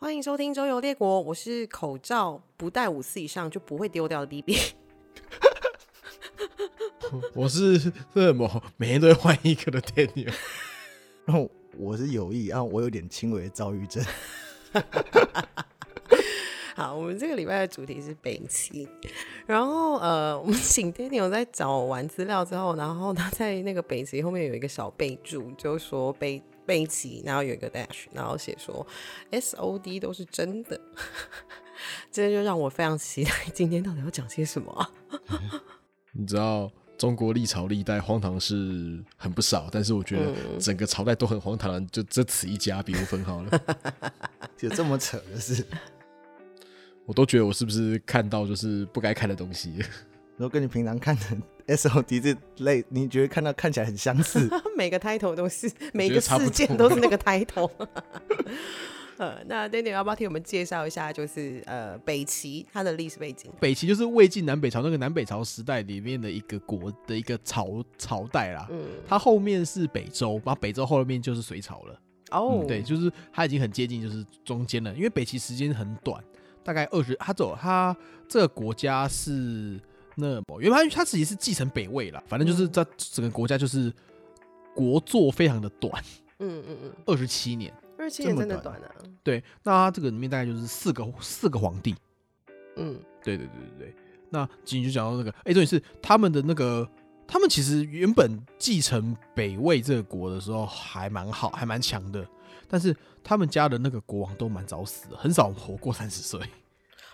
欢迎收听《周游列国》，我是口罩不戴五次以上就不会丢掉的 B B。我是什么？每天都会换一个的 Daniel。然后我是有意，然后啊我有点轻微的躁郁症。 好，我们这个礼拜的主题是北齐，然后呃，我们请 Daniel 在找完资料之后，然后他在那个北齐后面有一个小备注，就说北北齐，然后有一个 dash，然后写说 S O D 都是真的， 这就让我非常期待今天到底要讲些什么啊、你知道中国历朝历代荒唐事很不少，但是我觉嗯得整个朝代都很荒唐，就这此一家别无分号了。 有这么扯的事？我都觉得我是不是看到就是不该看的东西？如果跟你平常看的 S O D 这类，你觉得看到看起来很相 似？每个 title 都是，每觉得个差不事件多都是那个 title。呃，那 Daniel 要不要替我们介绍一下，就是呃北齐它的历史背景？北齐就是魏晋南北朝那个南北朝时代里面的一个国的一个朝朝代啦。嗯，它后面是北周，然后北周后面就是隋朝了。哦、嗯，对，就是它已经很接近就是中间了，因为北齐时间很短，大概二十，它走它这个国家是那么原来它自己是继承北魏啦，反正就是嗯它整个国家就是国祚非常的短，嗯嗯嗯，二十七年。二七这年么真的短短啊，对，那它这个里面大概就是四个四个皇帝，嗯对对对对对。那仅就讲到那个，哎，重点是他们的那个，他们其实原本继承北魏这个国的时候还蛮好，还蛮强的，但是他们家的那个国王都蛮早死的，很少活过三十岁。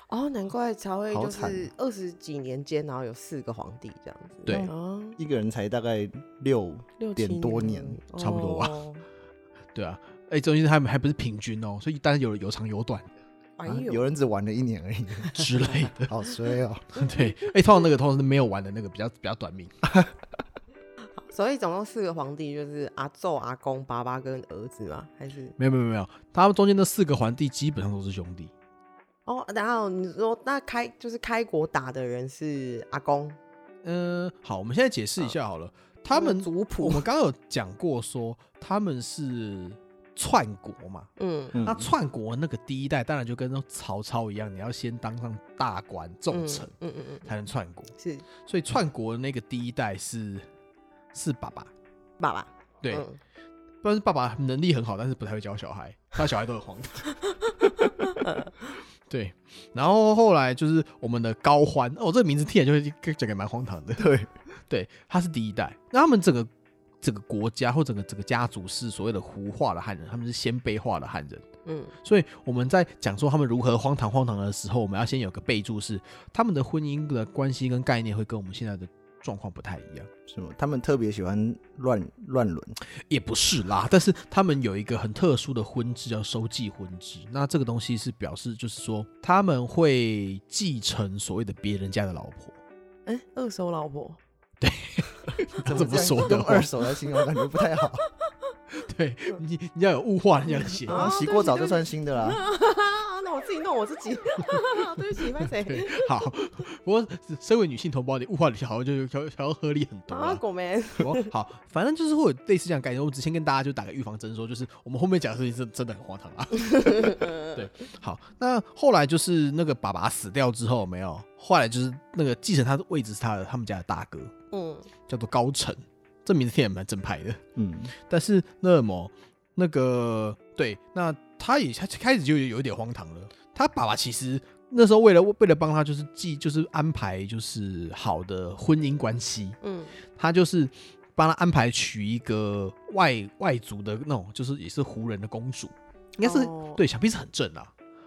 哦，难怪才会好就惨是二十几年间，然后有四个皇帝这样子，对哦，一个人才大概六，六点七多年年了，差不多吧哦对啊，哎，重点是他们还不是平均哦，所以当然有有长有短哎啊呦，有人只玩了一年而已，之类的。 好衰哦。对，哎，通常那个通常是没有玩的那个比较比较短命。所以总共四个皇帝就是阿奏、阿公、爸爸跟儿子嘛，还是没有没有没有，他们中间那四个皇帝基本上都是兄弟。哦，然后你说那开就是开国打的人是阿公，嗯，好，我们现在解释一下好了。他们族谱我们刚刚有讲过说他们是篡国嘛。嗯嗯那篡国那个第一代当然就跟曹操一样，你要先当上大官重臣嗯嗯嗯嗯，才能篡国。是所以篡国的那个第一代是是爸爸，爸爸，对，嗯不然是爸爸能力很好，但是不太会教小孩， 他小孩都很荒唐。对，然后后来就是我们的高欢，哦，这个名字听起来就整个蛮荒唐的。对， 对，他是第一代。那他们整个整个国家或整个整个家族是所谓的胡化的汉人，他们是鲜卑化的汉人。嗯所以我们在讲说他们如何荒唐荒唐的时候，我们要先有个备注是他们的婚姻的关系跟概念会跟我们现在的状况不太一样，什么？他们特别喜欢乱乱伦，也不是啦。但是他们有一个很特殊的婚制叫收继婚制，那这个东西是表示就是说他们会继承所谓的别人家的老 婆。哎、二手老婆，怎这么嗯样说的用话二手来形容感觉不太好。对你，你要有物化人家的嫌疑啊 啊，洗过澡就算新的啦。 那我自己弄我自己， 对不起，拍谁？对，好。 不过身为女性同胞，你物化你好像就条条合理很多啊，了。狗妹， 哦好，反正就是会有类似这样的概念。我只先跟大家就打个预防针，说就是我们后面讲的事情是真的很荒唐啊。 对，好，那后来就是那个爸爸死掉之后，有没有，后来就是那个继承他的位置是他的他们家的大哥，嗯，叫做高澄，这名字听起来蛮正派的。嗯，但是那么那个对，那他也他开始就有有一点荒唐了。他爸爸其实那时候为了为了帮他，就是记就是安排就是好的婚姻关系，嗯，他就是帮他安排娶一个外外族的那种，就是也是胡人的公主，应该是、哦对，想必是很正啊。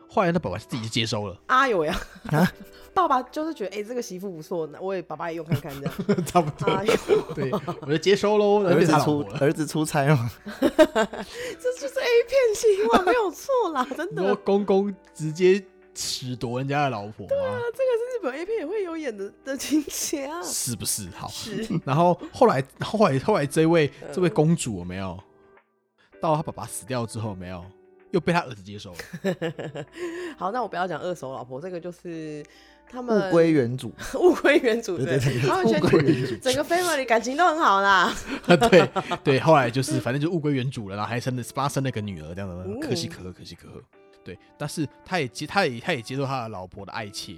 后来他爸爸自己就接收了，啊有呀， 爸爸就是觉得哎、这个媳妇不错，那我也爸爸也用看看这样， 差不多，啊有， 对，我就接收 喽，然后儿变子成他老出婆了。儿子出差嘛， 这就是 A 片行为没有错啦，真的，然后那公公直接褫夺人家的老婆吗？这个是日本 A 片也会有演的的情节啊，是不是？嗯好，是，然后后来，后来，后来这位这位公主有没有？到她爸爸死掉之后有没有，又被她儿子接收了。好，那我不要讲二手老婆，这个就是他们 物归原主。物归原主，对对对，他们物全归原主。整个 family 感情都很好啦。 对对，后来就是反正就物归原主了，然后还生了，帮她生了个女儿，这样的，可喜可贺，可喜可贺。对，但是他也接，他也他也接受他的老婆的爱妾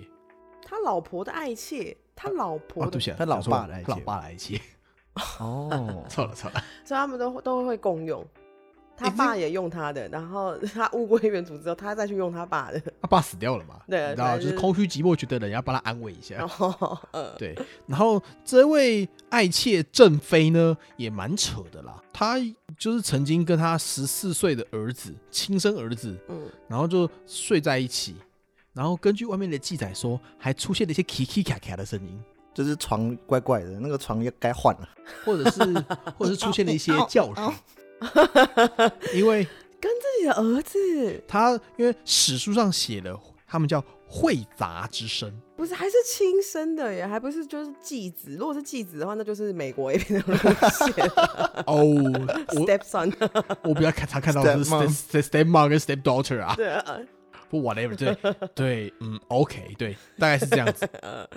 他老婆的爱妾，他老婆啊，的，对不起啊，他讲老错了爸的爱他老妾爸的爱妾，哦， 错了错了，所以他们都都会共用。他欸这爸也用他的，然后他物归原主之后，他再去用他爸的。他爸死掉了嘛，对你知道反吗正就是就是空虚寂寞，觉得人要帮他安慰一下然，后，呃，对，然后这位爱妾郑妃呢，也蛮扯的啦。她就是曾经跟她十四岁的儿子，亲生儿子，嗯，然后就睡在一起。然后根据外面的记载说，还出现了一些 kiki 卡卡的声音，就是床怪怪的，那个床要该换了。或者是或者是出现了一些叫声， 因为跟自己的儿子，她因为史书上写了，他们叫会杂之声。不是还是亲生的耶，还不是就是继子。如果是继子的话，那就是美国 A 片的路线 哦，我，stepson。我比较看常看到的是 Stepmom step step mom 跟 step daughter 啊，对啊，不 whatever，对对，嗯，OK，对，大概是这 样子。嗯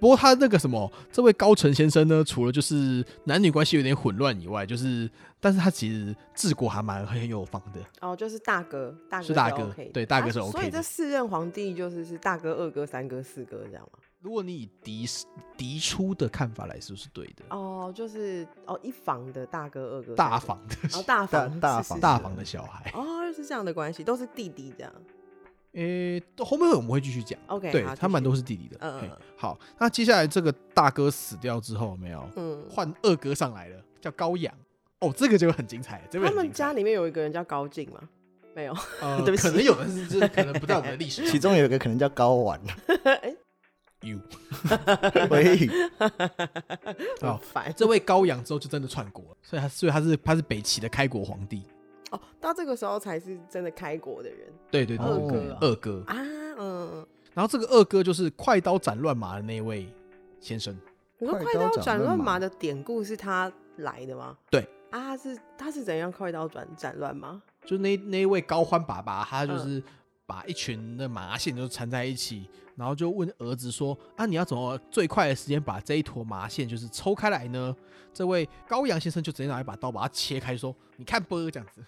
不过他那个什么，这位高成先生呢，除了就是男女关系有点混乱以外，就是，但是他其实治国还蛮很有方的，哦，就是大哥，大哥是大哥 OK 的对大哥是啊 OK 所以的这四任皇帝就是是大哥、二哥、三哥、四哥这样嘛。如果你以嫡嫡出的看法来说，是对的，哦，就是哦一房的大哥、二哥、大三房的哥，哦大大房大是是房是大房的小孩。哦，就是这样的关系，都是弟弟这样。诶，后面我们会继续讲。 OK，对好他继们续都是弟弟的。嗯嘿嗯嗯好，那接下来这个大哥死掉之后，有没有嗯，换二哥上来了，叫高阳。哦，这个就很精彩，这位他很们精彩家里面有一个人叫高进吗？没有，呃，对不起可能有的是，就是可能不在我们的历史上。 其中有一个可能叫高 玩，哎 you 喂，很烦。哦这位高阳之后就真的篡国了，所以他所以他是他是北齐的开国皇帝。哦，到这个时候才是真的开国的人对对对，二哥啊二哥。啊，嗯。然后这个二哥就是快刀斩乱麻的那一位先生，你说快快刀刀斩斩乱乱麻麻的典故是他来的吗？对啊，他是他是怎样快刀斩斩乱麻？就是那那一位高欢爸爸，他嗯就是把一群的麻线就缠在一起，然后就问儿子说：“啊，你要怎么最快的时间把这一坨麻线就是抽开来呢？”这位高阳先生就直接拿一把刀把它切开，说：“你看啵，这样子。”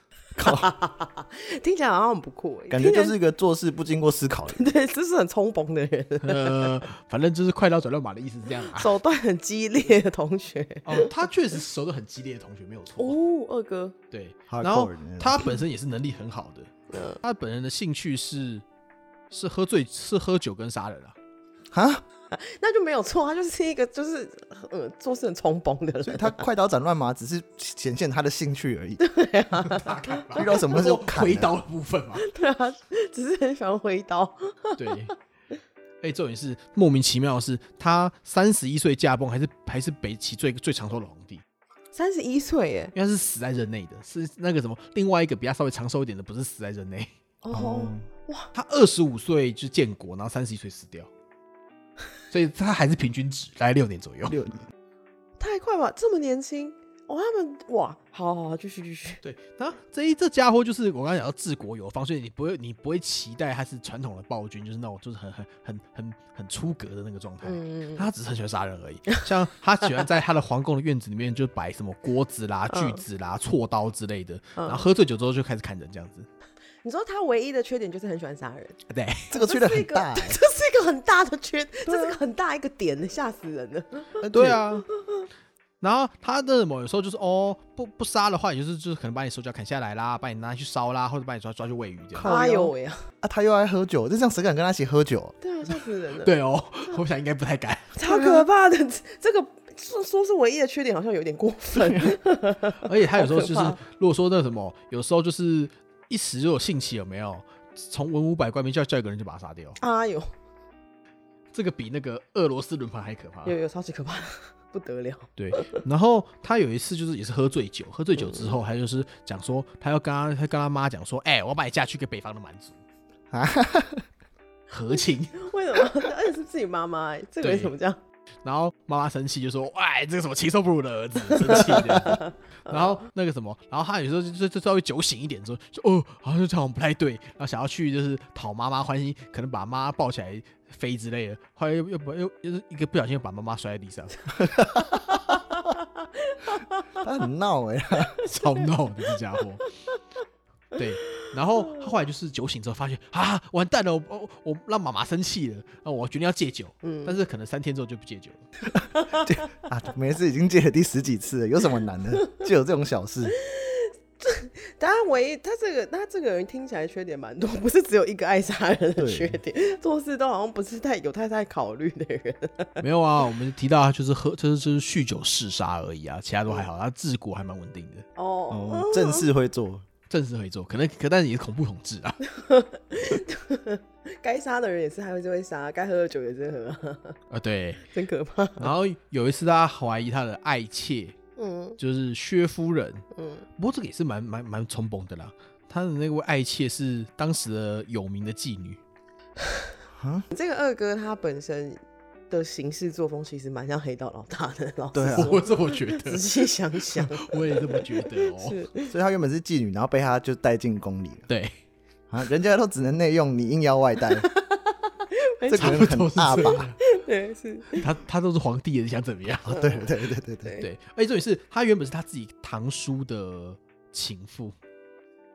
听起来好像很不酷欸，感觉听起来就是一个做事不经过思考的人。对，就是很冲崩的人，呃，反正就是快刀斩乱麻的意思是这样啊。手段很激烈的同学。哦，他确实熟的很激烈的同学没有错，哦，二哥，对。 Hardcore 然后的那种他本身也是能力很好的，嗯，他本人的兴趣是是喝醉是喝酒跟杀人啊。啊，那就没有错，他就是一个就是呃做事很冲崩的所以人。他快刀斩乱麻只是显现他的兴 趣而已。大砍吧遇到什么事就砍啊回刀的部分嘛？ 对啊，只是很喜欢挥刀。对。哎，重点是莫名其妙的是，他三十一岁驾崩，还是还是北齐最最长寿的皇帝，三十一岁耶，因为他是死在任内的，是那个什么另外一个比他稍微长寿一点的，不是死在任内，哦，他二十五岁就建国，然后三十一岁死掉，所以他还是平均值，大概六年左右。六年，太快吧，这么年轻。哦，他们哇，好好好，继续继续。对，然后这一这家伙就是我刚才讲到治国有方，所以你不会你不会期待他是传统的暴君，就是那种就是很很很很很出格的那个状态。嗯，他只是很喜欢杀人而已，像他喜欢在他的皇宫的院子里面就摆什么锅子啦、嗯锯子啦、锉刀之类的，然后喝醉酒之后就开始砍人这样子。你知道他唯一的缺点就是很喜欢杀人，对，这个吹的是一很个 大这欸，是一个很大的缺，这是个很大一个点，吓死人了。而且对，啊。然后他的什么有时候就是哦不不杀的话，也就是就是可能把你手脚砍下来啦，把你拿去烧啦，或者把你抓抓去喂鱼这样。靠腰哎呦喂啊，啊，他又爱喝酒，就这样谁敢跟他一起喝酒？对啊啊，吓死人了，对哦， 我想应该不太敢。超可怕的。 这个说说是唯一的缺点，好像有点过分。而且他有时候就是好可怕，如果说那什么，有时候就是一时就有兴起，有没有？从文武百官里面叫叫一个人就把他杀掉， 哎呦，这个比那个俄罗斯轮盘还可怕。有有超级可怕，不得了。对，然后他有一次就是也是喝醉酒，喝醉酒之后，他就是讲说，他要跟他他跟他妈讲说，哎、我要把你嫁去给北方的蛮族啊，和亲。为什么？而且是自己妈妈、哎，这个人对怎么这样？然后妈妈生气就说：“哎，这个什么禽兽不如的儿子，生气的。”然后那个什么，然后他有时候就就就稍微酒醒一点之后，就哦，好像这样不太对，然后想要去就是讨妈妈欢心，可能把妈妈抱起来飞之类的。后来又又不又又是一个不小心把妈妈摔在地上，他很闹哎、欸超闹的这家伙。对，然后他后来就是酒醒之后发现啊，完蛋了，我我我让妈妈生气了，啊，我决定要戒酒，但是可能三天之后就不戒酒了。啊，没事，已经戒了第十几次了，有什么难的？ 就有这种小事，但他唯一他这个他这个人听起来缺点蛮多，不是只有一个爱杀人的对缺点，做事都好像不是太有太太考虑的人。 没有啊，我们提到他就是喝，就是就是酗酒嗜杀而已啊，其他都还好，他治国还蛮稳定的，哦，哦，正事会做，正式可以做，可能可但也是恐怖统治 啊。该杀的人也是还是会杀，该喝的酒也是喝啊，啊，对。真可怕。然后有一次大家怀疑他的爱妾嗯就是薛夫人，嗯，不过这个也是蛮蛮蛮冲崩的啦。他的那位爱妾是当时的有名的妓女，这个二哥他本身的行事作风其实蛮像黑道老大的，老对实啊说，我这么觉仔得，细想想，我也这么觉得哦。是所以他原本是妓女，然后被他就带进宫里了对，啊！人家都只能内用，你硬要 外带，这差个不人很多是阿这爸。样。对是，他他都是皇帝了，你想怎么样？哦对对对对对，对对，而且重点是他原本是他自己堂叔的情妇，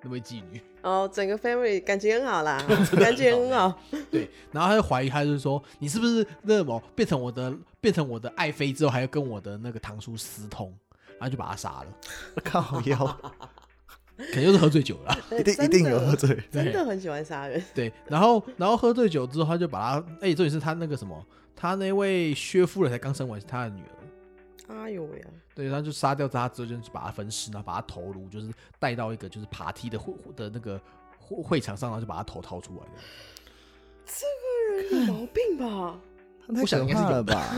那位妓女。哦，整个 family 感情很好啦，感情很好，对，然后他就怀疑，他就说：“你是不是那某变成我的变成我的爱妃之后，还要跟我的那个堂叔私通？”然后就把他杀了，靠腰，肯定是喝醉酒了啦。一定哎真的一定有喝醉， 真的很喜欢杀人。对，然后然后喝醉酒之后，他就把他，哎、重点是他那个什么，他那位薛夫人才刚生完他的女儿，哎呦喂啊，对，他就杀掉他之后，就是把他分尸，然后把他头颅就是带到一个就是爬梯的会的那个会会场上，然后就把他头掏出来的。这个人有毛病吧？他太我想可应该是怕有了吧？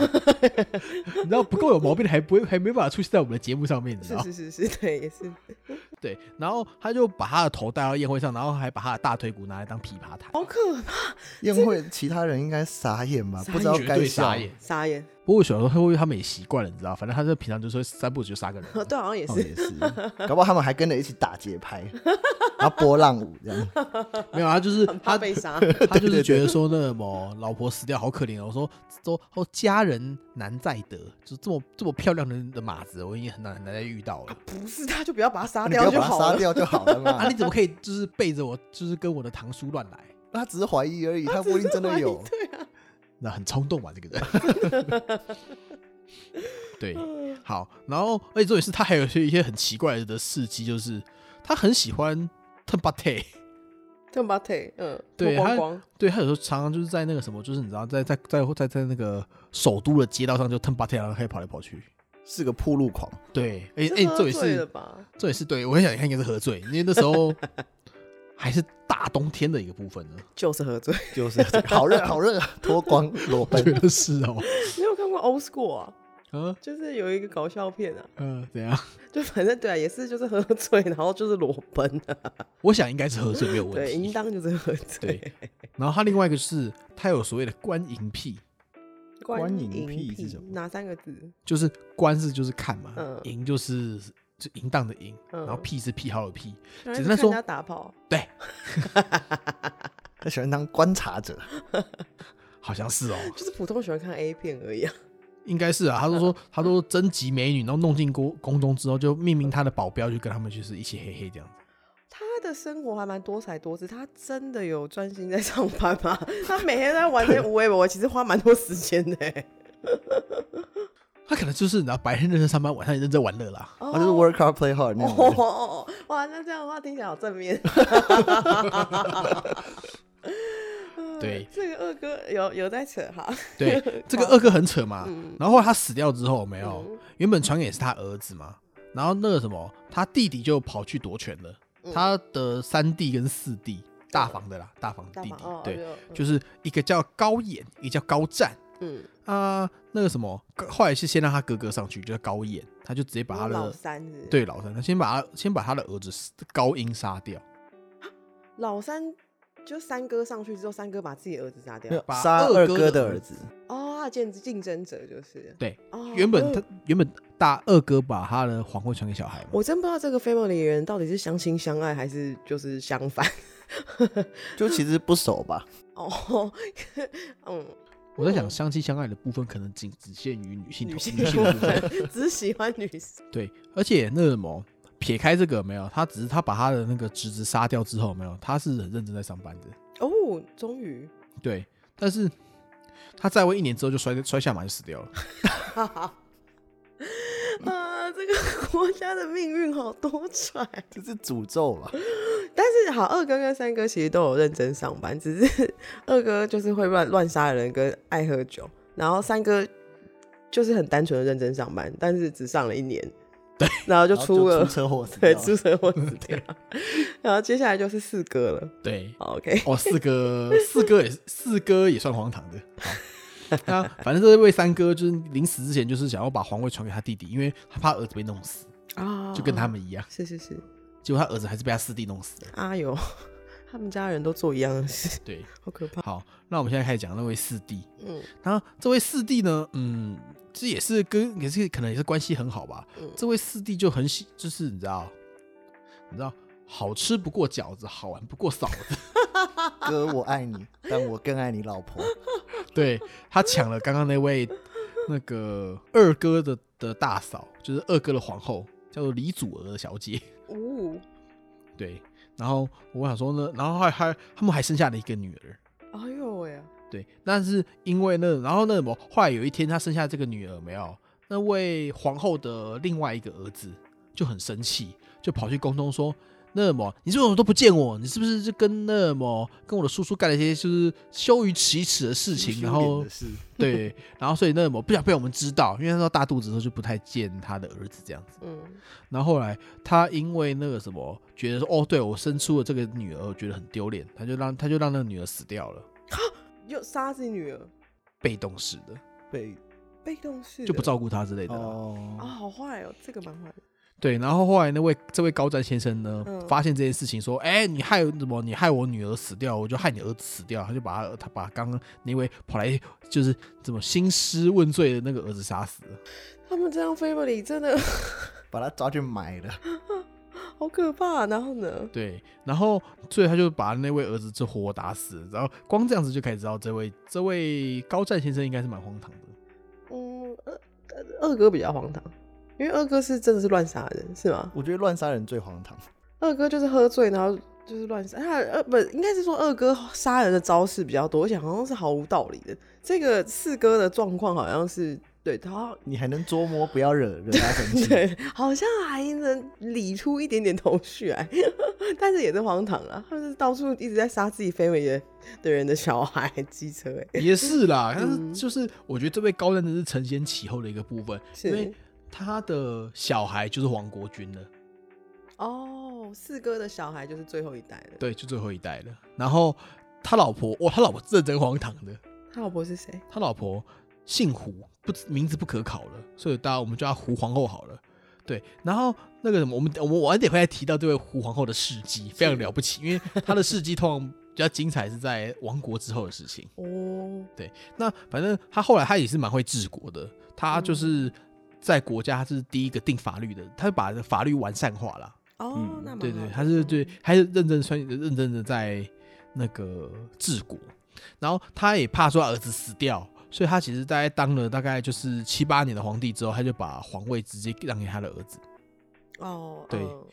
你知道不够有毛病的还不会还没办法出现在我们的节目上面，你知是道？是是是，对，也是。对，然后他就把他的头带到宴会上，然后还把他的大腿骨拿来当琵琶弹，好可怕！宴会其他人应该傻眼吧？不知道绝该对笑傻。眼。傻眼，不过我小时候会不会他们也习惯了，你知道？反正他就平常就说三步就杀个人，哦对，好像也哦，是也是，搞不好他们还跟着一起打节拍，然后波浪舞这样。没有，他就是很怕他被杀。 他就是觉得说那什么老婆死掉好可怜哦，我说都说家人难再得，就这么这么漂亮的的马子，我已经很难很难再遇 到了。 不是，他就不要把他杀啊你不掉要就把他好杀了。掉就好了嘛啊，。你怎么可以就是背着我，就是跟我的堂叔乱来？他只是怀疑而已，他不一定真的有。 对啊，那很冲动嘛，这个人。 对，嗯好，然后而且重点是他还有一些一些很奇怪的事迹，就是他很喜欢 t e m p a t e 他把腿，嗯，对脱他光光，对他有时候常常就是在那个什么，就是你知道，在在在在在那个首都的街道上就 t e m p a t e 然后可以跑来跑去。是个铺路狂，对，哎、这哎，喝重点醉了是吧？重点是对我很想看应该是喝醉，因为那 时候还是大冬天的一个部分呢，就是喝醉。就是这个好热好热，啊脱光裸我觉奔，得是哦， 你有看过 Old School 啊？嗯就是有一个搞笑片啊，嗯、怎样？就反正对啊，也是就是喝醉，然后就是裸奔啊，我想应该是喝醉没有问对，应题。当就是喝醉。对然后他另外一个是，他有所谓的观淫癖，观观影影癖是什么哪三个字？就是观是就是看嘛嗯，淫、就是就淫荡的淫，嗯然后癖是癖好的癖，原来简是看人单说家打炮，对，他喜欢当观察者。好像是哦，就是普通喜欢看 A 片而已啊。应该是啊。他都说他都征集美女，然后弄进宫宫中之后，就命名他的保镖，就跟他们就是一起嘿嘿这样子。他的生活还蛮多彩多姿，他真的有专心在上班吗？他每天在玩这些无为我其实花蛮多时间的 欸。他可能就是你知道白天认真上班，晚上也认真玩乐啦。哦他啊就是 work hard play hard 那种人。哦，哇，那这样的话听起来好正面。 对 这个二哥有有在扯哈， 对，这个二哥很扯嘛。嗯然后后来他死掉之后，没有，原本传给也是他儿子嘛。然后那个什么，他弟弟就跑去夺权了。嗯他的三弟跟四弟，大房的啦，大房的大弟弟马哦，，对，就就是一个叫高演，一个叫高湛嗯，啊、那个什么，后来是先让他哥哥上去，就是高演，他就直接把他哦老的三是不是，对老三，他先把他先把他的儿子高音杀掉，老三就三哥上去之后，三哥把自己儿子杀没掉有，把杀二二哥哥的的儿儿子，哦，他的竞竞争者就是，对，哦，原本嗯他原本大二哥把他的皇位传给小孩嘛，我真不知道这个 family 人到底是相亲相爱还是就是相反就其实不熟吧？哦，嗯，我在想相亲相爱的部分可能仅只限于女性同女性女性的部分， 只喜欢女生，对，而且那个什么，撇开这个有没有，他只是他把他的那个侄子杀掉之后有没有，他是很认真在上班的，哦，终于，对，但是他在位一年之后就摔摔下马就死掉了。啊，这个国家的命运好多舛。这是诅咒吧？ 但是好，二哥跟三哥其实都有认真上班，只是 二哥就是会乱乱杀人跟爱喝酒，然后三哥就是很单纯的认真上班，但是只上了一年，对，然后就然后出了出车祸死掉对了，出车祸死掉， 然后接下来就是四哥了。对，好 OK，哦，四哥，四哥也是四哥也算荒唐的。好，那反正这位三哥就是临死之前就是想要把皇位传给他弟弟，因为他怕儿子被弄死，啊， 就跟他们一样。是是是，结果他儿子还是被他四弟弄死了。啊哟， 他们家人都做一样的事， 对，好可怕。好，那我们现在开始讲那位四弟。嗯，那这位四弟呢，嗯，这也是跟也是可能也是关系很好吧。嗯这位四弟就很喜，就是你知道，你知道，好吃不过饺子，好玩不过嫂子。 哥，我爱你，但我更爱你老婆。对他抢了刚刚那位那个二哥的的大嫂，就是二哥的皇后，叫做李祖儿小姐。呜、对，然后我想说呢，然后还还他们还生下了一个女儿。哎呦喂啊，对，但是因为那，然后那什么，后来有一天他生下这个女儿没有，那位皇后的另外一个儿子就很生气，就跑去宫中说：“那什么，你是为什么都不见我？你是不是就跟那什么跟我的叔叔干了一些就是羞于启齿的事情？然后是对，然后所以那什么不想被我们知道，因为他说大肚子的时候就不太见他的儿子这样子。嗯然后后来他因为那个什么，觉得说哦，对我生出了这个女儿，我觉得很丢脸，他就让他就让那个女儿死掉了，又杀自己女儿，被动式的。被被动式就不的照顾他之类的啦、啊、哦，好坏哦，这个蛮坏的。对，然后后来那位这位高瞻先生呢，嗯发现这件事情，说：“哎、你害什么？你害我女儿死掉，我就害你儿子死掉。”他就把他他把刚刚那位跑来就是怎么兴师问罪的那个儿子杀死了。他们这样 family 真的 把他抓去埋了，好可怕、啊然后呢？对，然后所以他就把那位儿子就活活打死。然后光这样子就可以知道这位这位高湛先生应该是蛮荒唐的。嗯，二二二哥比较荒唐，因为二哥是真的是乱杀人，是吗？我觉得乱杀人最荒唐。二哥就是喝醉，然后就是乱杀。他二不应该是说二哥杀人的招式比较多，而且好像是毫无道理的。这个四哥的状况好像是对他。你还能捉摸，不要惹惹他生气。对，好像还能理出一点点头绪来， 但是也是荒唐啊！他们是到处一直在杀自己 family 的的人的小孩，机车哎、也是 啦，但嗯是就是我觉得这位高湛真是承先启后的一个部分，是因为他的小孩就是亡国军了。哦，四哥的小孩就是最后一代了。对，就最后一代了。然后他老婆，哇，他老婆认真荒唐的，他老婆是谁？他老婆姓胡，不知名字不可考了，所以大家我们叫她胡皇后好了。对，然后那个什么，我们我们晚点会再提到这位胡皇后的事迹，非常了不起，因为她的事迹通常比较精彩是在亡国之后的事情。哦，对，那反正他后来他也是蛮会治国的，他就是在国家他是第一个定法律的，他把法律完善化了。哦，嗯那蛮对好对，的他是对，还是认真算认真的在那个治国，然后他也怕说儿子死掉，所以他其实大概当了大概就是七八年的皇帝之后，他就把皇位直接让给他的儿子，哦，对嗯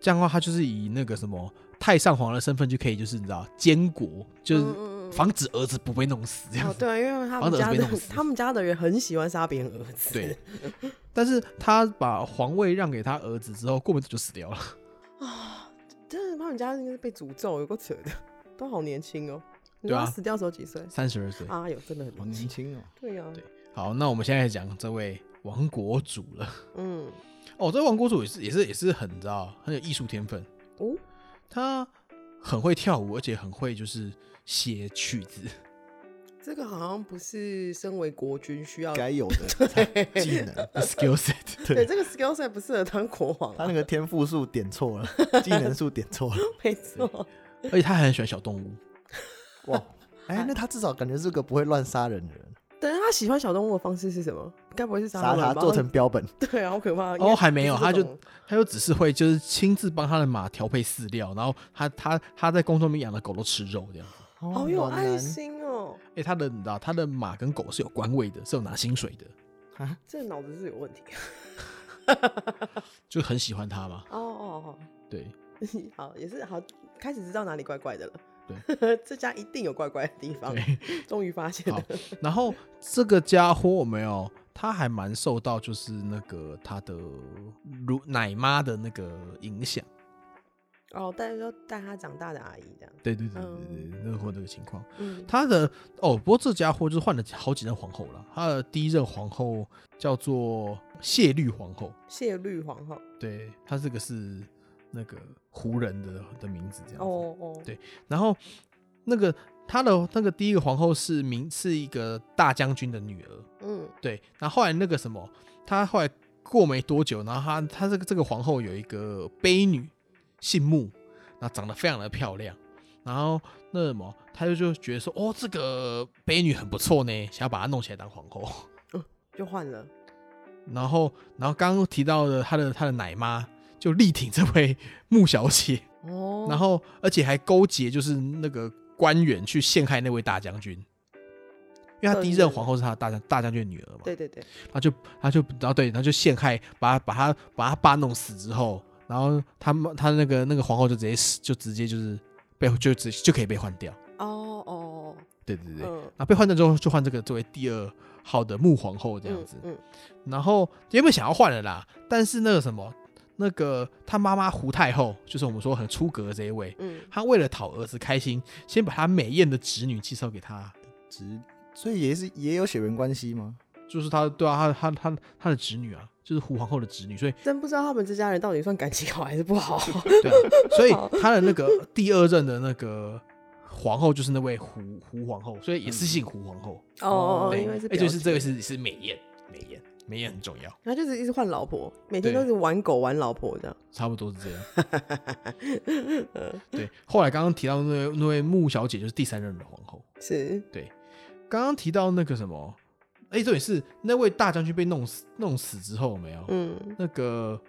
这样的话他就是以那个什么太上皇的身份就可以就是你知道监国，就是嗯嗯嗯防止儿子不被弄死这样哦子。对啊，因为他 防们止儿子家被的弄死他们家的人很喜欢杀别人儿子。 对，但是他把皇位让给他儿子之后，过没多久就死掉了。啊，真的他们家应该是被诅咒，有够扯的， 都好年轻哦。你对知啊道他死掉的时候几岁？三十二岁。啊，有真的很好年年轻。轻哦，对啊呀，对好，那我们现在讲这位亡国主了。嗯，哦，这位亡国主也是也是也是很你知道很有艺术天分，哦，他很会跳舞，而且很会就是写曲 子。这个好像不是身为国君需要。该有的技 能。 skill set，对，这个 skill set 不适合当国王他啊，那个天赋数点错了，技能数点错了。没错。而且他还很喜欢小动物。哇，哎、那他至少感觉是个不会乱杀人的人，等一下他喜欢小动物的方式是什么？该不会是杀杀们他吧做成标本， 对啊，好可怕。应哦，该还没有，不是他这就种他就只是会就是亲自帮他的马调配饲料，然后他他他在宫中里面养的狗都吃肉这样。好有暖爱男心哦，哎、他的你知道啊他的马跟狗是有官位的，是有拿薪水的。 这脑子是有问题。就很喜欢他嘛。哦哦 对，哦，好，也是好，开始知道哪里怪怪的了。对， 这家一定有怪怪的地方，终于发现好了。然后这个家伙有没有，他还蛮受到就是那个他的乳奶妈的那个影响。哦，但是说带他长大的阿姨这样，对对对对对，那或这个情况，嗯，他的哦，不过这家伙就是换了好几任皇后了。他的第一任皇后叫做谢律皇后，谢律皇后，对，她这个是那个胡人的的名字这样子。哦哦，对然后那个他的那个第一个皇后是明是一个大将军的女儿，嗯对。然后后来那个什么，他后来过没多久，然后他他这个这个皇后有一个卑女，姓穆，然后长得非常的漂亮，然后那什么，他就就觉得说，哦，这个卑女很不错呢，想要把她弄起来当皇后。就换了，然后，然后刚刚提到的他的他的奶妈就力挺这位穆小姐，哦，然后而且还勾结就是那个官员去陷害那位大将军，因为他第一任皇后是他的大将大将军的女儿嘛，对对对，他就他就然后对，然后就陷害，把他把他把他爸弄死之后，然后他们他那个那个皇后就直接死，就直接就是被就直就可以被换掉，哦哦，对对对，然嗯，后被换掉之后就换这个作为第二号的穆皇后这样子，嗯，然后原本想要换了啦，但是那个什么。那个他妈妈胡太后，就是我们说很出格的这一位，嗯，他为了讨儿子开心，先把他美艳的侄女介绍给他，直，所以也是也有血缘关系吗？就是他对啊，他他他他的侄女啊，就是胡皇后的侄女，所以真不知道他们这家人到底算感情好还是不 好。 对、啊，所以他的那个第二任的那个皇后就是那位胡胡皇后，所以也是姓胡皇后，哦哦，对，因为是哎表姐，就是这个是是美艳，美艳，美艳很重要，他就是一直换老婆，每天对都是玩狗玩老婆这样。差不多是这样。 对，后来刚刚提到那位那位穆小姐就是第三任的皇后，是，对，刚刚提到那个什么，哎、重点是那位大将军被弄死弄死之后有没有？嗯那个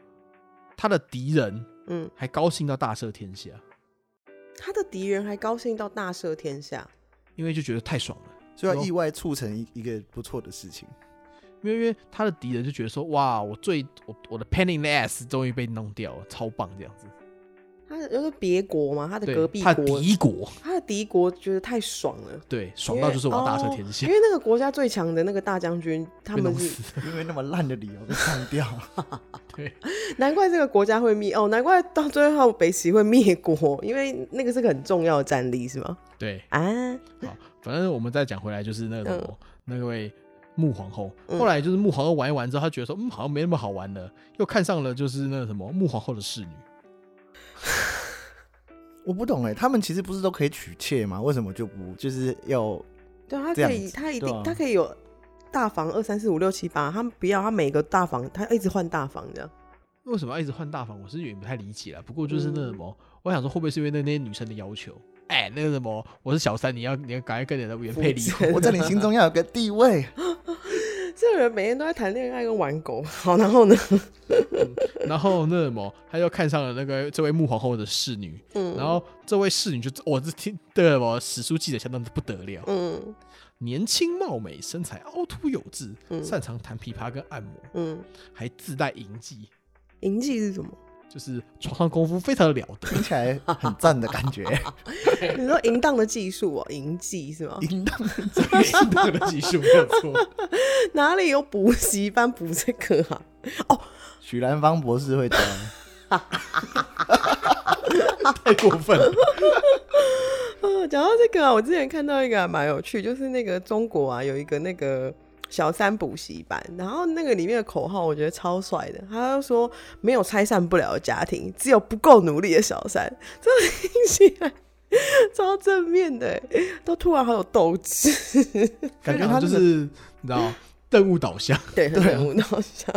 他的敌人嗯，还高兴到大赦天下，他的敌人还高兴到大赦天下。因为就觉得太爽了。就要有意外促成一一个不错的事情。因为因为他的敌人就觉得说，哇，我最我我的 pain in the ass 终于被弄掉了，超棒这样子。他的就是别国嘛，他的隔对，壁他国，的敌国，他的敌国觉得太爽了，对，爽到就是我要大赦天下因为。哦因为哦那个国家最强的那个大将军，他被们弄是死，因为那么烂的理由被删掉，对， 难怪这个国家会灭哦，难怪到最后北齐会灭国，因为那个是个很重要的战力，是吗？对，啊，好，反正我们再讲回来，就是那个什么，那位穆皇后。嗯后来就是穆皇后玩一玩之后，她觉得说，嗯，好像没那么好玩了，又看上了就是那个什么穆皇后的侍女。我不懂哎，他们其实不是都可以娶妾吗？为什么就不就是要对，他这可样以，子他一对定，啊他可以有大房二三四五六七八，他不要，他每个大房他一直换大房这样。为什么要一直换大房？我是有点不太理解了。不过就是嗯那什么，我想说会不会是因为那那些女生的要求？哎、那个什么，我是小三，你要你要赶快跟你的原配离婚。我在你心中要有个地位？这个人每天都在谈恋爱跟玩狗，好，然 后呢？ 然后那什么，他又看上了那个这位穆皇后的侍女，嗯然后这位侍女就我这听对了，我史书记得相当的不得了，嗯年轻貌美，身材凹凸有致，嗯擅长弹琵琶跟按摩，嗯，还自带淫技，银记是什么？就是床上功夫非常的了得。听起来很赞的感觉， 你说淫荡的技术哦，淫技是吗？淫荡这个是那个技术没有错，哪里有补习班补这个啊？许兰芳博士会教。太过分 了。哦， 讲到这个啊，我之前看到一个还蛮有趣，就是那个中国啊，有一个那个小三补习班，然后那个里面的口号我觉得超帅的，他就说没有拆散不了的家庭，只有不够努力的小三，这听起来啊 超正面的欸，都突然好有斗志，感觉非常他就是你知道任务导向， 对，啊很有闹笑，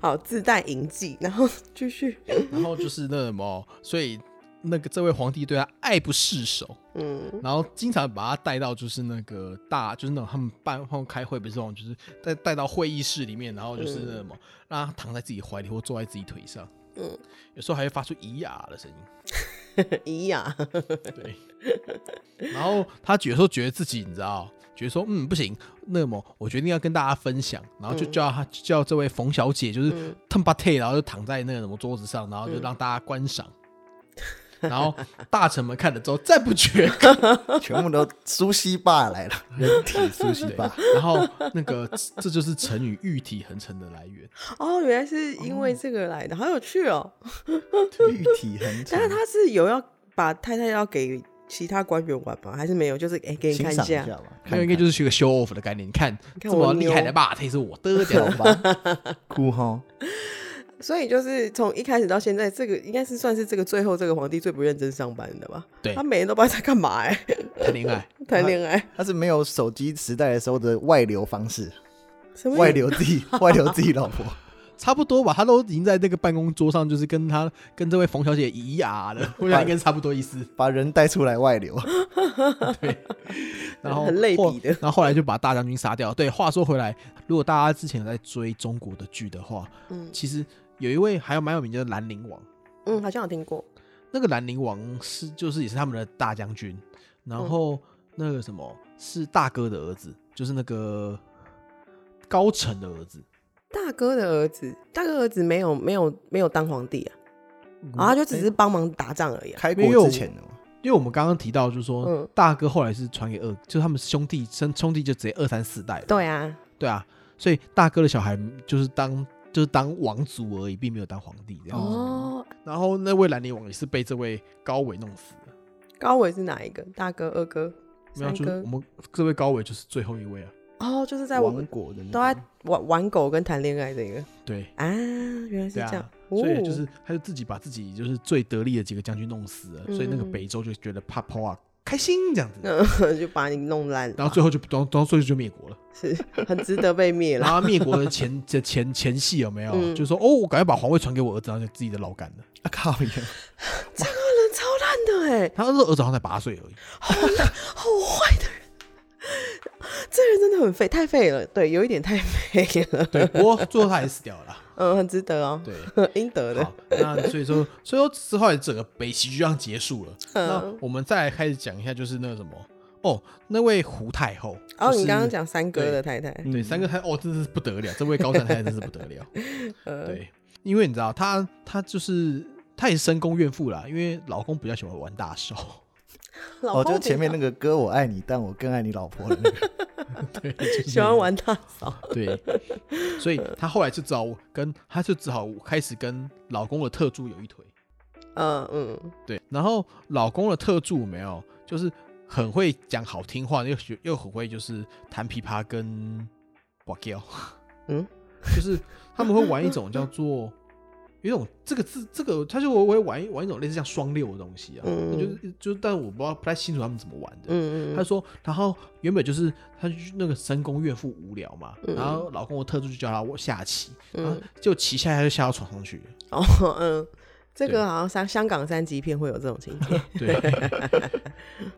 好自带淫技，然后继续，然后就是那什么，所以那个这位皇帝对他爱不释手，嗯然后经常把他带到就是那个大，就是那种他们办他们开会不是那种，就是带带到会议室里面，然后就是那什么，让他躺在自己怀里或坐在自己腿上，嗯，有时候还会发出咿呀的声音，咦呀，对，然后他有时候觉得自己你知道。觉得说，嗯，不行，那么我决定要跟大家分享，然后就叫他、叫这位冯小姐，就是腾巴退，然后就躺在那个什么桌子上，然后就让大家观赏。然后大臣们看了之后赞不绝口，全部都苏西爸来了， 人体苏西对爸。然后那个这就是成语“玉体横陈”的来源。哦，原来是因为这个来的，好有趣哦。玉体很长但是，他是有要把太太要给其他官员玩吗？还是没有？就是哎、给你欣看赏一下。下吧，那应该就是一个 show off 的概念。你看看这我么厉害妞的吧，他也是我的这样好吧， 哭哈，所以就是从一开始到现在，这个应该是算是这个最后这个皇帝最不认真上班的吧？对他每天都不知道在干嘛哎、 谈恋爱。谈恋爱，他是没有手机时代的时候的外流方式，什么意外流自己， 外流自己老婆，差不多吧，他都已经在那个办公桌上，就是跟他跟这位冯小姐咿咿啊 啊的，我想应该是差不多意思。把人带出来外流，然后很类比后的然后后来就把大将军杀掉。对，话说回来，如果大家之前有在追中国的剧的话，嗯其实有一位还有蛮有名的兰陵王，嗯，好像有听过。那个兰陵王是就是也是他们的大将军，然嗯后那个什么是大哥的儿子，就是那个高澄的儿子。大哥的儿子，大哥儿子没有没有没有当皇帝啊，啊，他就只是帮忙打仗而已、啊。开国之前的嘛，因为我们刚刚提到，就是说、嗯大哥后来是传给二，就是他们兄弟生兄弟就直接二三四代了。对啊，对啊，所以大哥的小孩就是当就是当王族而已，并没有当皇帝这样。哦，然后那位兰陵王也是被这位高伟弄死的，高伟是哪一个？大哥、二哥、没有，三啊就是哥我？们这位高伟就是最后一位啊。哦，就是在我亡们国的那都个在玩玩狗跟谈恋爱这个对，啊，原来是对这样啊，。所以就哦是他就自己把自己就是最得力的几个将军弄死了，所以那个嗯北周就觉得怕抛啊开心这样子，那哦 就把你弄烂了，然后最后就然后然后最后就灭国了。是很值得被灭然了。后灭国的前 前前前戏有没有？嗯就说哦，我赶快把皇位传给我儿子，然后就自己的老干了。啊靠呀，人超烂的哎、他那时候儿子好像才八岁而已，好坏的人，这人真的很废，太废了，对，有一点太废了，对，不过最后他还是死掉了啦。嗯，很值得哦，对，应得的好，那所以说， 所以说之后整个北齐就这样结束了。嗯那我们再来开始讲一下，就是那个什么哦，那位胡太后。然后就是哦你刚刚讲三哥对的太太，对三个太哦，真的是不得了，这位高展太太真是不得 了。呃，对，因为你知道，她她就是她也是深宫怨妇啦，因为老公比较喜欢玩大手。老哦，就公前面那个歌我爱你，但我更爱你老婆的那个，对，就是喜欢玩大嫂，对，所以她后来就只好跟，她就只好开始跟老公的特助有一腿。嗯嗯，对，然后老公的特助没有，就是很会讲好听话，又学又很会就是弹琵琶跟哇叫，嗯， 就是他们会玩一种叫做。有一种这个字，这个他就会玩一玩一种类似像双六的东西啊，嗯就是就但我不知道不太清楚他们怎么玩的。嗯嗯他说，然后原本就是他去那个深宫怨妇无聊嘛，嗯然后老公的特助就叫他下棋，然后就棋下下就下到床上去了。哦嗯，这对个好像香香港三级片会有这种情 节，对，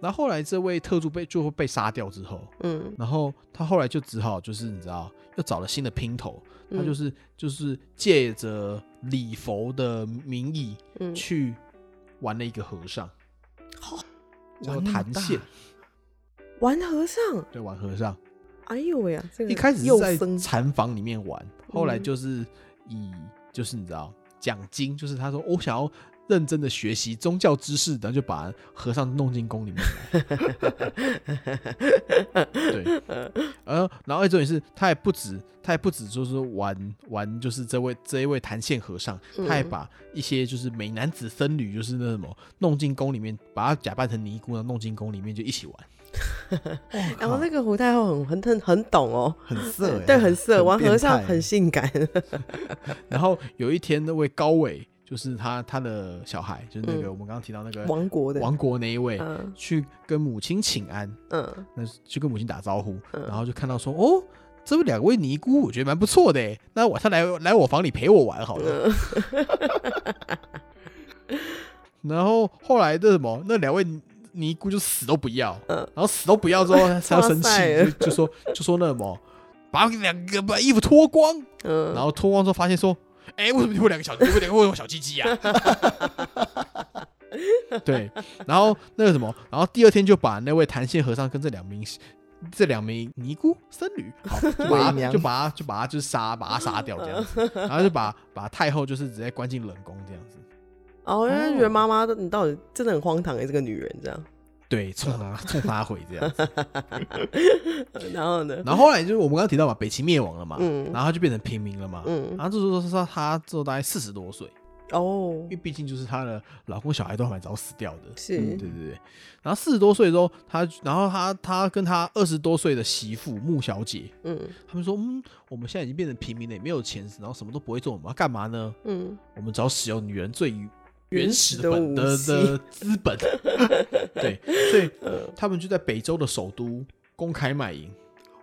然后后来这位特助被就会被杀掉之后，嗯然后他后来就只好就是你知道，又找了新的姘头，他嗯就是、就是借着礼佛的名义嗯，去玩了一个和尚，叫玩那么弹大线，玩和尚，对，玩和尚。哎呦喂呀，这个一开始又是在生禅房里面玩，后来嗯就是以就是你知道奖金，就是他说、我想要认真的学习宗教知识，然后就把和尚弄进宫里面来。 对，呃，然后重点是他也不止，他也不止就是玩玩，就是这位这一位弹线和尚，他嗯还把一些就是美男子僧侣，就是那什么弄进宫里面，把他假扮成尼姑，然后弄进宫里面就一起玩。然后那个胡太后很很很很懂哦，很色哎，对，很色，玩和尚变态哎很性 感，然后有一天，那位高伟，就是他他的小孩，就是那个、我们刚刚提到那个亡国的，嗯王国那一位，嗯去跟母亲请安，嗯，那去跟母亲打招呼，然后就看到说，哦，这两位尼姑，我觉得蛮不错的耶，那晚上来来我房里陪我玩好了。嗯 然后后来那什么，那两位尼姑就死都不要，然后死都不要之后，他要生哇塞气，就就说就说那什么，把两个把衣服脱光，嗯然后脱光之后发现说，哎、为什么你会有两个小，你会有两个为什么小鸡鸡啊？ 对，然后那个什么，然后第二天就把那位弹线和尚跟这两名这两名尼姑僧侣，好，就把伪他娘就把他就把他就是杀，把他杀掉这样子，然后就把把太后就是直接关进冷宫这样子。哦，因为觉得妈妈的你到底真的很荒唐哎、这个女人这样。对，冲他冲他毁这样子。 然后呢？然后后来就是我们刚刚提到嘛，北齐灭亡了嘛，嗯然后他就变成平民了嘛，嗯然后这时候说他之后大概四十多岁，哦因为，毕竟就是她的老公小孩都还蛮早死掉的，是嗯对对对。然后四十多岁之后，她然后她她跟她二十多岁的媳妇穆小姐，嗯他们说，嗯，我们现在已经变成平民了，也没有钱，然后什么都不会做，我们要干嘛呢？嗯，我们只要使用女人最原始的的本武的器的资本，对，所以他们就在北周的首都公开卖淫，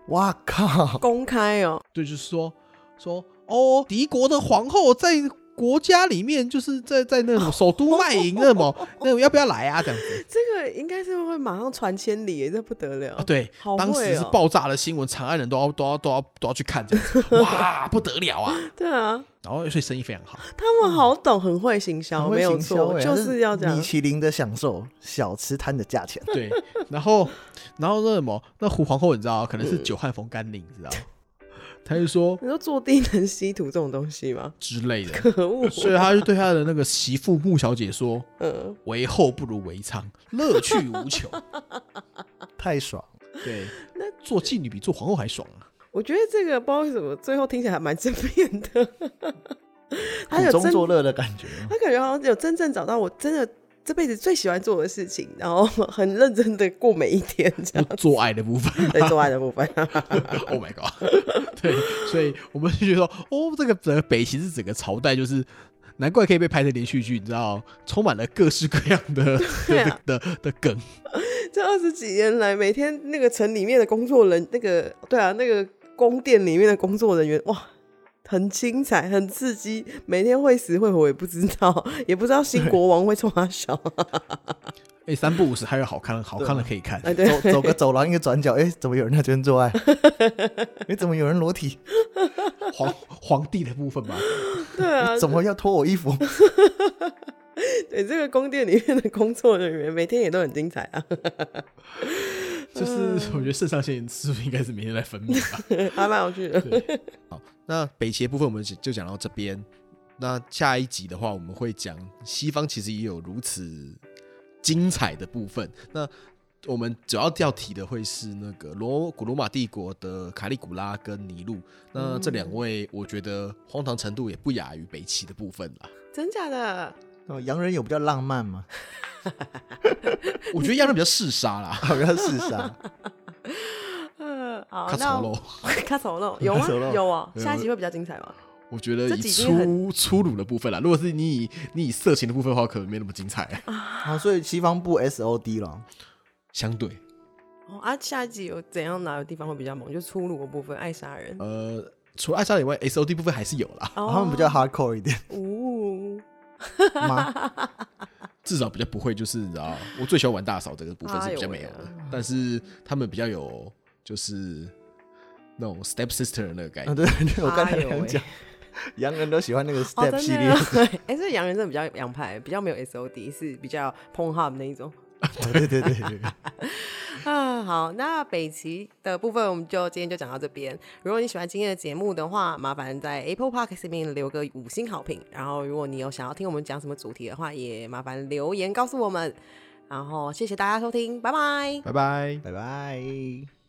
哇靠！公开哦，对，就是说说哦，敌国的皇后在国家里面，就是在在那 种首都卖淫，那 么那种要不要来啊？这样子这个应该是会马上传千里欸耶，这不得了。啊，对， 好当会时是哦爆炸的新闻，长安人都要都要都要都要去看这样 子，哇，不得了啊！对啊，然后所以生意非 常好，他们好懂，很会行销，很会没有行销错，欸就它是要这样米。其林的享受，小吃摊的价 钱。对，然后然后那什么，那胡皇后你知道，啊可能是久旱逢甘霖，你知道，她就说你说坐地能吸土这种东西吗？ 之类的， 可恶，啊所以她就对她的那个媳妇穆小姐说嗯，：“为后不如为娼，乐趣无穷。”太爽！对， 那做妓女比做皇后还爽啊！ 我觉得这个不知道为什么最后听起来还蛮正面的， 还有苦中真作乐的 感觉。他感觉好像有真正找到我真的这辈子最喜欢做的事情，然后 很认真的过每一天，这样做爱的部分 对做爱的部分。 ，Oh my god！对， 所以我们就觉得说，哦，这个整个北齐是整个朝代，就是难怪可以被拍成连续剧，你知道，充满了各式各样 的对的啊的的的梗。这二十几年来，每天那个城里面的工作人，那个对啊，那个宫殿里面的工作人员，哇，很精彩，很刺激，每天会死会活也不知道，也不知道新国王会冲他笑、 哎，三不五时还有好看的，好看的可以看。 哎，对，走走个走廊一个转角，哎，怎么有人在这边 做爱？哎，怎么有人裸体？皇皇帝的部分吧，对啊，哎怎么要脱我衣服？ 对这个宫殿里面的工作人员，每天也都很精彩啊，就是嗯我觉得肾上腺是不是应该是每天在分泌吧？还蛮有趣的。 那北齐的部分我们就讲到这边。那下一集的话，我们会讲西方其实也有如此精彩的部分。那我们主要要提的会是那个罗古罗马帝国的卡利古拉跟尼禄，那这两位我觉得荒唐程度也不亚于北齐的部分 啦。真假的？ 哦洋人有比较浪漫吗？我觉得亚人比较嗜杀啦，好像 是啥？呃，好卡，那槽我喽。 卡丑 肉有吗卡丑？嗯肉有啊，有下一集会比较精彩吗？我觉得这以几集很粗粗鲁的部分啦，如果是你以你以色情的部分的话，可能没那么精彩，好，所以西方不 S O D 了。相对。哦啊，下一集有怎样哪个地方会比较猛？就粗鲁的部分，爱杀人。呃，除了艾莎以外，S O D 部分还是有啦，哦他们比较 hardcore 一点 呜、吗？ 至少比较不会就是你知道，我最喜欢玩大嫂这个部分哎是呦比较没有喂的啊，但是他们比较有就是那种 step sister 的那个概啊，念。对，对我刚哎才呦喂想讲，洋人都喜欢那个哦， step 系真列的，啊，对， 哎、这洋人真的比较洋派，比较没有 SOD，是比较 p o n h u b 那一种 哦 对对对对对。啊。好，那北齐的部分我们就今天就讲到这边。如果你喜欢今天的节目的话，麻烦在 Apple Park 上面留个五星好评。然后，如果你有想要听我们讲什么主题的话，也麻烦留言告诉我们。然后，谢谢大家收听，拜拜。拜拜。拜拜。